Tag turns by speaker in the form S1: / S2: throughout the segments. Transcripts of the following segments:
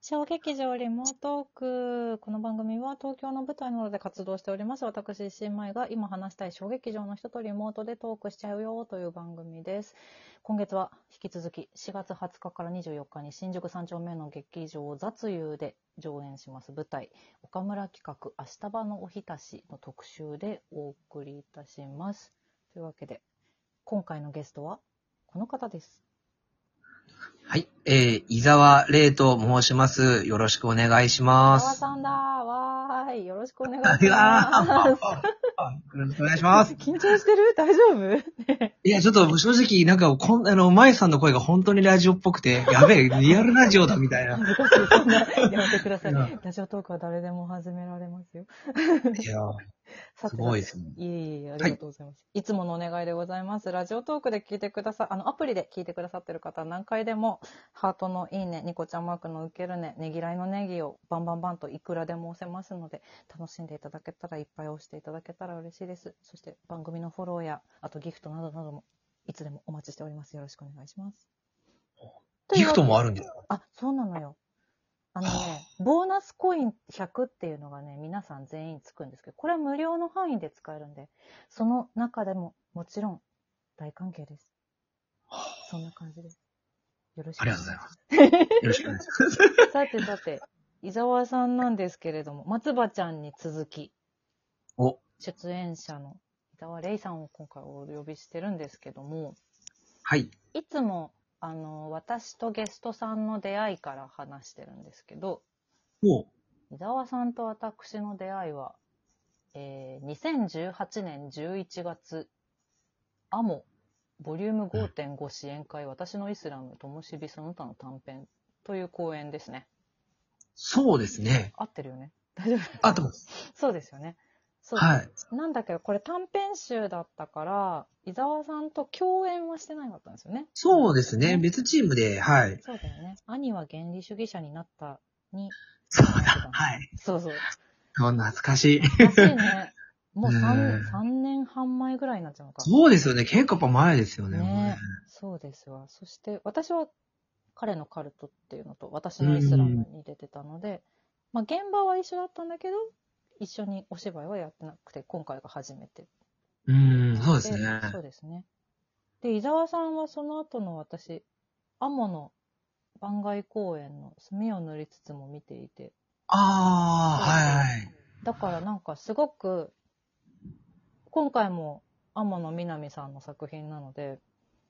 S1: 小劇場リモートーク。この番組は東京の舞台などで活動しております。私、新米が今話したい小劇場の人とリモートでトークしちゃうよという番組です。今月は引き続き4月20日から24日に新宿三丁目の劇場雑遊で上演します舞台岡村企画明日場のおひたしの特集でお送りいたします。というわけで、今回のゲストはこの方です。
S2: はい。えー、伊沢礼と申します。よろしくお願いしま
S1: 川
S2: す。
S1: さんだわーい。よろしくお願い
S2: あ
S1: し
S2: うわー
S1: ます。
S2: あああよろしくお願いします。
S1: 緊張してる大丈夫
S2: いや、ちょっと正直、なんか、こん、あの、まゆさんの声が本当にラジオっぽくて、やべえ、リアルラジオだ、みたい な。
S1: 難しい。そんな、やめてください
S2: いや。
S1: ラジオトークは誰でも始められますよ。
S2: いや、
S1: さ
S2: す
S1: て
S2: ごいですね。
S1: いえいえいえ、ありがとうございます、い。つものお願いでございます。ラジオトークで聞いてくださ、あの、アプリで聞いてくださってる方は何回でも、ハートのいいね、ニコちゃんマークの受けるね、ねぎらいのネギをバンバンバンといくらでも押せますので、楽しんでいただけたら、いっぱい押していただけたら嬉しいです。そして番組のフォローや、あとギフトなどなども、いつでもお待ちしております。よろしくお願いします。
S2: ギフトもあ
S1: る
S2: るんですか
S1: あ、そうなのよ。あのね、ボーナスコイン100っていうのがね、皆さん全員つくんですけど、これは無料の範囲で使えるんで、その中でももちろん大関係です。そんな感じです。よろしく
S2: あ
S1: お
S2: り
S1: 願い
S2: がと
S1: し
S2: うござい
S1: ま
S2: ます。よろしくお願いします。
S1: す。さてさて、伊沢さんなんですけれども、松葉ちゃんに続き、
S2: お、
S1: 出演者の伊沢レイさんを今回お呼びしてるんですけども、
S2: はい。
S1: いつも、あの、私とゲストさんの出会いから話してるんですけど、
S2: お、
S1: 伊沢さんと私の出会いは、えー、2018年11月、アモ、ボリューム5.5支援会、私のイスラム、ともしびその他の短編という公演ですね。
S2: そうですね。
S1: 合ってるよね大丈夫
S2: あと、
S1: そうですよね。そう、
S2: はい。
S1: なんだけど、これ短編集だったから、伊沢さんと共演はしてなかったんですよね。
S2: そうですね。別チームで、はい。
S1: そうだよね。兄は原理主義者になったに、
S2: そうだ、はい。
S1: そうそう。
S2: あ懐かしい。
S1: 懐かしいね。もう
S2: ね
S1: 3,
S2: え
S1: 三年半前ぐらいになっちゃうのか。
S2: そうですよね。結構やっぱ前ですよね。
S1: ねえそうですわ。そして、私は彼のカルトっていうのと、私のイスラムに出てたので、まあ、現場は一緒だったんだけど、一緒にお芝居はやってなくて、今回が初めて。
S2: うん、そうですね。
S1: そうですね。で、伊沢さんはその後の私、アモの番外公演の墨を塗りつつも見ていて、
S2: ああ、はいはい。
S1: だからなんかすごく、今回も天野みなみさんの作品なので、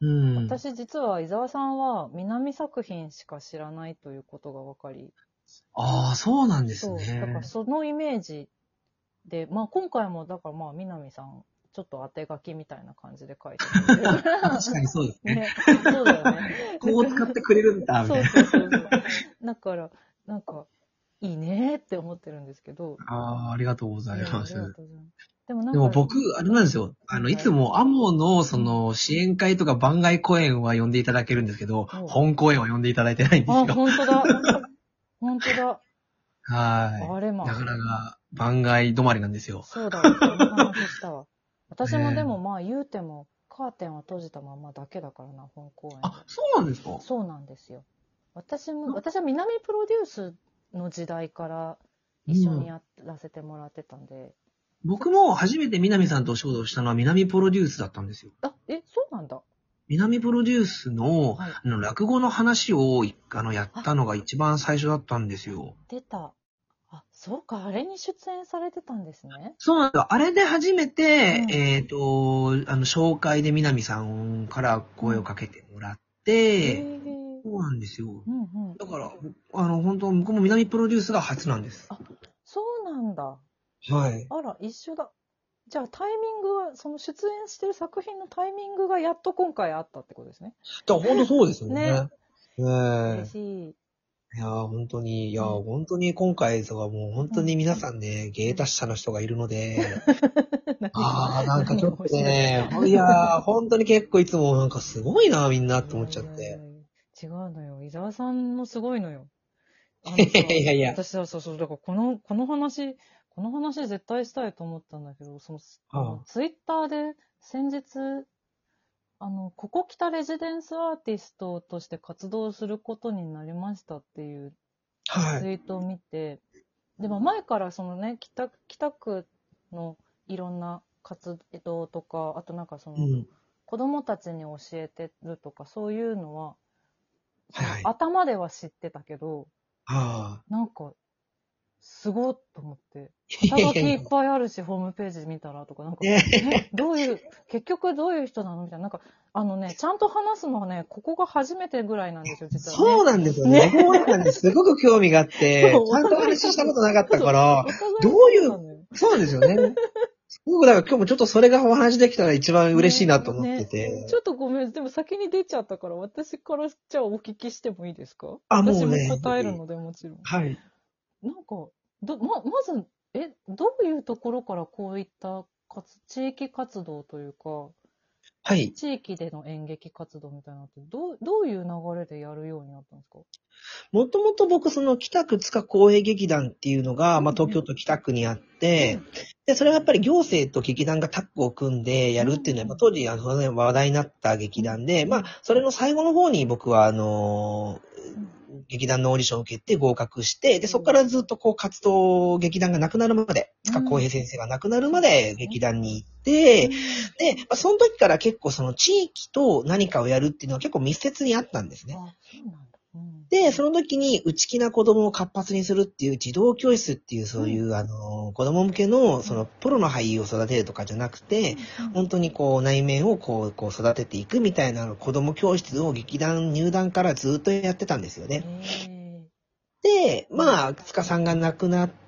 S2: うん。
S1: 私実は伊沢さんは南作品しか知らないということが分かり、
S2: ああ、そうなんです
S1: そうだから
S2: ね。
S1: そのイメージで、まあ、今回もだからまあ南さんちょっと当て書きみたいな感じで書いてたんで
S2: 確かにそう ですね。
S1: ね、そうだよね。
S2: ここ使ってくれるんだ、みた
S1: そ
S2: いうな。
S1: そうそうそう。だから、なんか、いいねって思ってるんですけど。
S2: ああ、ありがとうござ
S1: う
S2: いま
S1: んありが
S2: す。
S1: とうございますでもなんか、
S2: でも僕、あれなんですよ。あの、いつも、アモの、その、支援会とか番外公演は呼んでいただけるんですけど、
S1: うん
S2: 本公演は呼んでいただいてないんです
S1: あ、
S2: よ。
S1: 本当だ。本当だ。
S2: は
S1: あれ
S2: い。
S1: ま
S2: なかなか、番外止まりなんですよ。
S1: そうだ、この話した わ。私も
S2: ねえ
S1: でもまあ言うても、カーテンは閉じたままだけだからな、本公演。
S2: あ、そうなんですか
S1: そうなんですよ。私も、私は南プロデュースの時代から一緒にやらせてもらってたんで、
S2: 僕も初めて南さんとお仕事をしたのは南プロデュースだったんですよ。
S1: あ、え、そうなんだ。
S2: 南プロデュースの、
S1: はい
S2: あの、落語の話を、いあの、やったのが一番最初だったんですよ。
S1: 出た。あ、そうか、あれに出演されてたんですね。
S2: そうなんですよ。あれで初めて、
S1: うん
S2: えっ、と、あの、紹介で南さんから声をかけてもらって、
S1: へー
S2: そうなんですよ
S1: う。んうん。
S2: だから、あの、本当、向こうも南プロデュースが初なんです。
S1: そうなんだ。
S2: はい。
S1: あら、一緒だ。じゃあタイミングは、その出演してる作品のタイミングがやっと今回あったってことですね。
S2: だから本当そうですよ
S1: ね
S2: ね。ねえ
S1: 嬉しい。
S2: いやー本当に、いや
S1: う
S2: ー
S1: ん
S2: 本当に今回とかもう本当に皆さんね、芸達者の人がいるので、 ああ、なんかちょっとね、いやー本当に結構いつもなんかすごいな、みんなって思っちゃっ
S1: いやい
S2: て。
S1: やいや。違うのよ。伊沢さんもすごいの よ。あのさ
S2: いやいやいや
S1: 私はそうそう、だからこの、この話、この話絶対したいと思ったんだけど、その、
S2: ああ
S1: ツイッターで先日、あの、ここ来たレジデンスアーティストとして活動することになりましたっていう
S2: は
S1: ツ
S2: い。
S1: イートを見て、でも前からそのね北北区のいろんな活動とかあとなんかその、
S2: うん。
S1: 子供たちに教えてるとかそういうのは、その
S2: はい
S1: 頭では知ってたけど
S2: ああ。
S1: なんかすごっと思って
S2: いや
S1: 肩
S2: い
S1: 書き
S2: や
S1: い
S2: い
S1: っぱいあるしホームページ見たらとかなんか、
S2: や
S1: えどういう結局どういう人なのみたいななんかあのねちゃんと話すのはねここが初めてぐらいなんですよ実は、ね。
S2: そうなんですよ
S1: ね
S2: ね。僕もなんかね、すごく興味があって、ち
S1: そう
S2: ゃんとお話ししたことなかったから、
S1: お互いそなのよ
S2: そうなんですよね。すごくだから今日もちょっとそれがお話できたら一番嬉しいなと思ってて。
S1: ちょっとごめん、でも先に出ちゃったから、私からじゃあお聞きしてもいいですか
S2: あもうね
S1: 私も答えるので、もちろん。
S2: はい。
S1: なんか、どままず、え、どういうところからこういった活地域活動というか、
S2: はい。
S1: 地域での演劇活動みたいなのって、どうどういう流れでやるようになったんですか
S2: もともと僕、その北区塚公営劇団っていうのが、まあ
S1: うんうん
S2: 東京都北区にあって、で、それがやっぱり行政と劇団がタッグを組んでやるっていうのは、
S1: うん
S2: やっぱ当時、あの、ね、話題になった劇団で、まあ、それの最後の方に僕は、あのー劇団のオーディションを受けて合格して、で、そこからずっとこう活動、劇団がなくなるまで、塚公平先生が亡くなるまで劇団に行って、で、まあその時から結構その地域と何かをやるっていうのは結構密接にあったんです
S1: うん
S2: ね。
S1: あ、そうなんだ。うん
S2: で、その時に内気な子供を活発にするっていう児童教室っていうそういう、あの、子供向けのそのプロの俳優を育てるとかじゃなくて、
S1: うん
S2: 本当にこう内面をこうこう育てていくみたいな子供教室を劇団入団からずっとやってたんですよね。
S1: へ
S2: で、まあ、塚さんが亡くなって、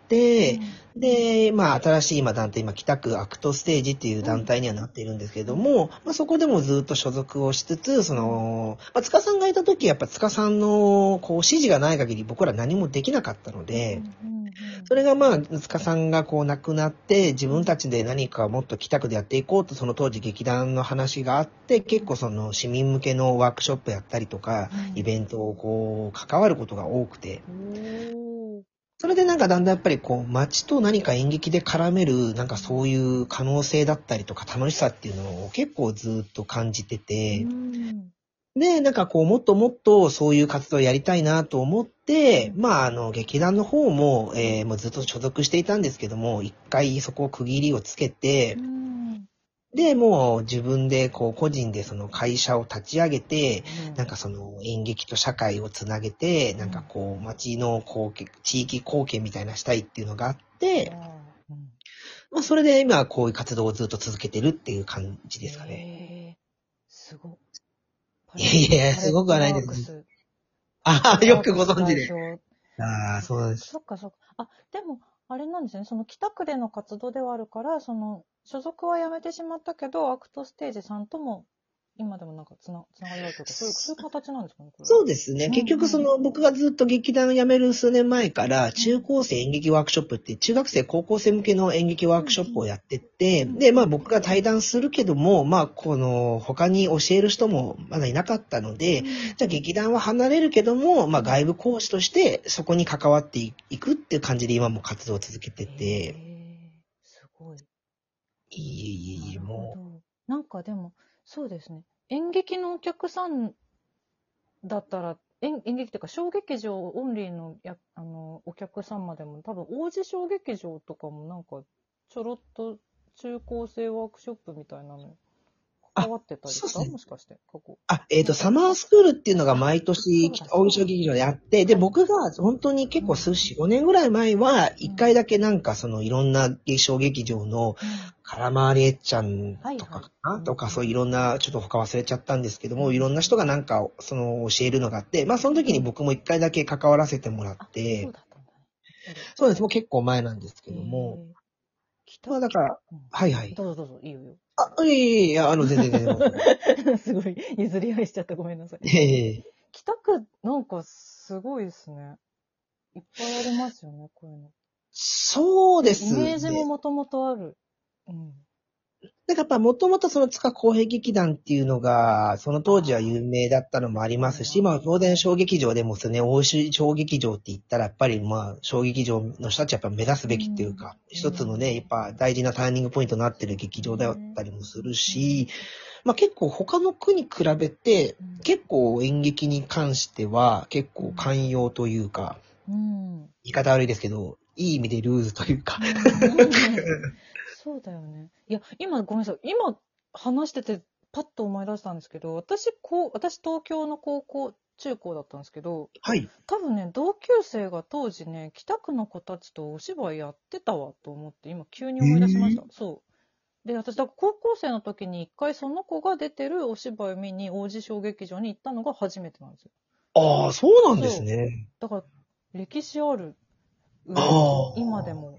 S1: ー
S2: で、まあ、新しい今団体、今、北区アクトステージっていう団体にはなっているんですけども、まあ、そこでもずっと所属をしつつ、その、まあ、塚さんがいた時、やっぱ塚さんの、こう、指示がない限り僕ら何もできなかったので、、
S1: うんうんうん
S2: それがまあ、塚さんがこう亡くなって、自分たちで何かもっと北区でやっていこうと、その当時劇団の話があって、結構その市民向けのワークショップやったりとか、イベントをこう、関わることが多くて、
S1: おー
S2: それでなんかだんだんやっぱりこう街と何か演劇で絡めるなんかそういう可能性だったりとか楽しさっていうのを結構ずっと感じてて、
S1: うん
S2: で、なんかこうもっともっとそういう活動をやりたいなと思って、
S1: うん
S2: まああの劇団の方も、えーもうずっと所属していたんですけども、一回そこを区切りをつけて
S1: う、ん
S2: で、もう自分でこう個人でその会社を立ち上げて、なんかその演劇と社会をつなげて、なんかこう街の貢献、地域貢献みたいなしたいっていうのがあって、
S1: うん
S2: まあそれで今はこういう活動をずっと続けてるっていう感じですかね。
S1: ね。すごっ。
S2: いやいやいやすごくはないです
S1: す。
S2: ああ、 よくご存知で。
S1: 代表
S2: ああ、そうなんです。
S1: そっかそっか。あ、でも、あれなんですね。その北区での活動ではあるから、その、所属はやめてしまったけど、アクトステージさんとも、今でもなんかつな、つながりがあるというか、そういう、そういう形なんですかね、これは
S2: そうですね。
S1: うん
S2: 結局その僕がずっと劇団を辞める数年前から中高生演劇ワークショップって中学生高校生向けの演劇ワークショップをやってって、
S1: うん
S2: でまあ僕が対談するけども、まあこの他に教える人もまだいなかったので、じゃあ劇団は離れるけども、まあ外部講師としてそこに関わっていくっていう感じで今も活動を続けて
S1: へー
S2: て、
S1: すごい。
S2: いえいえ
S1: な
S2: いえ、
S1: るほ
S2: もう。
S1: どなんかでも、そうですね。演劇のお客さんだったら、演演劇というか、小劇場オンリーのやあのお客様でも、多分、王子小劇場とかもなんか、ちょろっと中高生ワークショップみたいなの、
S2: あ
S1: 関わってたりし
S2: そうっす
S1: た
S2: ね
S1: もしかして、過去。
S2: あ、えっ、と、サマースクールっていうのが毎年
S1: そうだ、
S2: 大正劇場であって、で、僕が本当に結構数四5年ぐらい前は、一回だけなんかそのいろんな小劇場の、空回りえっちゃんとかか
S1: はい
S2: な
S1: はい
S2: とか、そういろんな、ちょっと他忘れちゃったんですけども、いろんな人がなんか、その教えるのがあって、まあその時に僕も一回だけ関わらせてもら
S1: あそ
S2: っ、て
S1: う、だったんだね。
S2: そうです、もう結構前なんですけ
S1: へー
S2: ども、、まあだから、
S1: うん
S2: はいはい。
S1: どうぞどうぞ、いいよいいよ。
S2: あ、いやいやいや、あの、全然全然。
S1: すごい、譲り合いしちゃった、ごめんなさい。
S2: ええ
S1: 北区なんかすごいですね。いっぱいありますよね、こういうの。
S2: そうです
S1: イ
S2: ね。
S1: メージももともとある。うん。
S2: なんかやっぱもともとその塚公平劇団っていうのが、その当時は有名だったのもありますし、まあ当然小劇場でもですね、大衆小劇場って言ったらやっぱりまあ小劇場の人たちはやっぱ目指すべきっていうか、
S1: うん
S2: 一つのね、やっぱ大事なターニングポイントになってる劇場だったりもするし、まあ結構他の区に比べて、
S1: うん
S2: 結構演劇に関しては結構寛容というか、
S1: うん。
S2: 言い方悪いですけど、いい意味でルーズというか、
S1: そうだよね。いや、今、ごめんなさい。今、話してて、パッと思い出したんですけど、私、こう、私、東京の高校、中高だったんですけど、
S2: はい。
S1: 多分ね、同級生が当時ね、北区の子たちとお芝居やってたわと思って、今、急に思い出しました。そう。で、私、だから高校生の時に一回その子が出てるお芝居見に、王子小劇場に行ったのが初めてなんですよ。
S2: ああ、そうなんですね。
S1: だから、歴史ある上
S2: あ
S1: に
S2: あ。
S1: 今で。も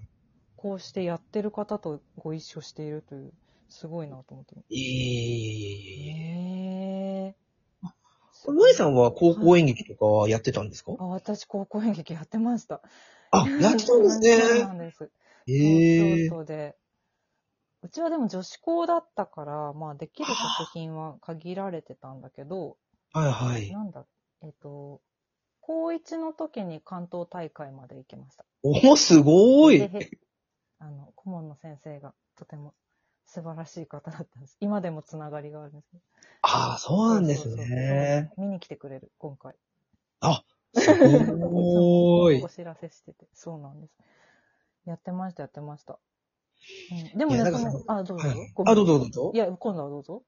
S1: こうしてやってる方とご一緒しているという、すごいなと思って。
S2: いえいえいえいえいえ。
S1: へえ。
S2: 萌えさんは高校演劇とかはやってたんですか、
S1: あ、私高校演劇やってました。
S2: あ、やってたんですね。
S1: そうなんです。
S2: ええ
S1: 東京都で。うちはでも女子校だったから、まあできる作品は限られてたんだけど、
S2: はいはい。
S1: なんだ、えっ、と、高1の時に関東大会まで行きました。
S2: お、すごい。
S1: でへあの、顧問の先生がとても素晴らしい方だったんです。今でもつながりがあるんですけど。
S2: ああ、そうなんです
S1: そうそうそう
S2: ね。。
S1: 見に来てくれる、今回。
S2: すごーい
S1: お。知らせしてて。そうなんです。やってました、やってました。うん、でも
S2: いや
S1: ね、
S2: な
S1: そ
S2: んか
S1: の
S2: そ、
S1: あ、どうぞ。
S2: はい
S1: ごめん
S2: あ、どうぞどうぞ
S1: い。や、今度はどうぞ。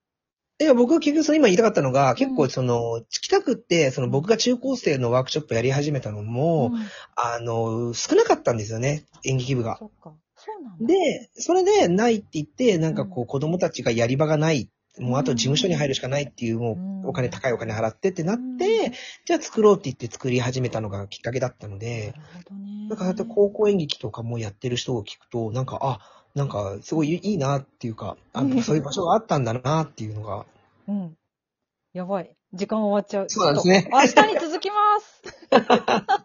S2: いや、僕は結局その今言いたかったのが、結
S1: う
S2: 構
S1: ん
S2: その、北区って、その
S1: うん
S2: 僕が中高生のワークショップやり始めたのも、
S1: うん
S2: あの、少なかったんですよね、演劇部が。
S1: そっか。そうなんだ。
S2: で、それでないって言って、なんかこう子供たちがやり場がない。もうあと事務所に入るしかないっていう、も
S1: うん
S2: うお金、高いお金払ってってなっ
S1: う
S2: て、じゃあ作ろうって言って作り始めたのがきっかけだったの
S1: なる
S2: で、
S1: ほどね。
S2: なんかそうやって高校演劇とかもやってる人を聞くと、なんか、あ、なんかすごいいいなっていうか、あ
S1: うん
S2: そういう場所があったんだなっていうのが。
S1: うん。やばい。時間終わっちゃう。
S2: そうなんですね
S1: ちょっと明日に続きます。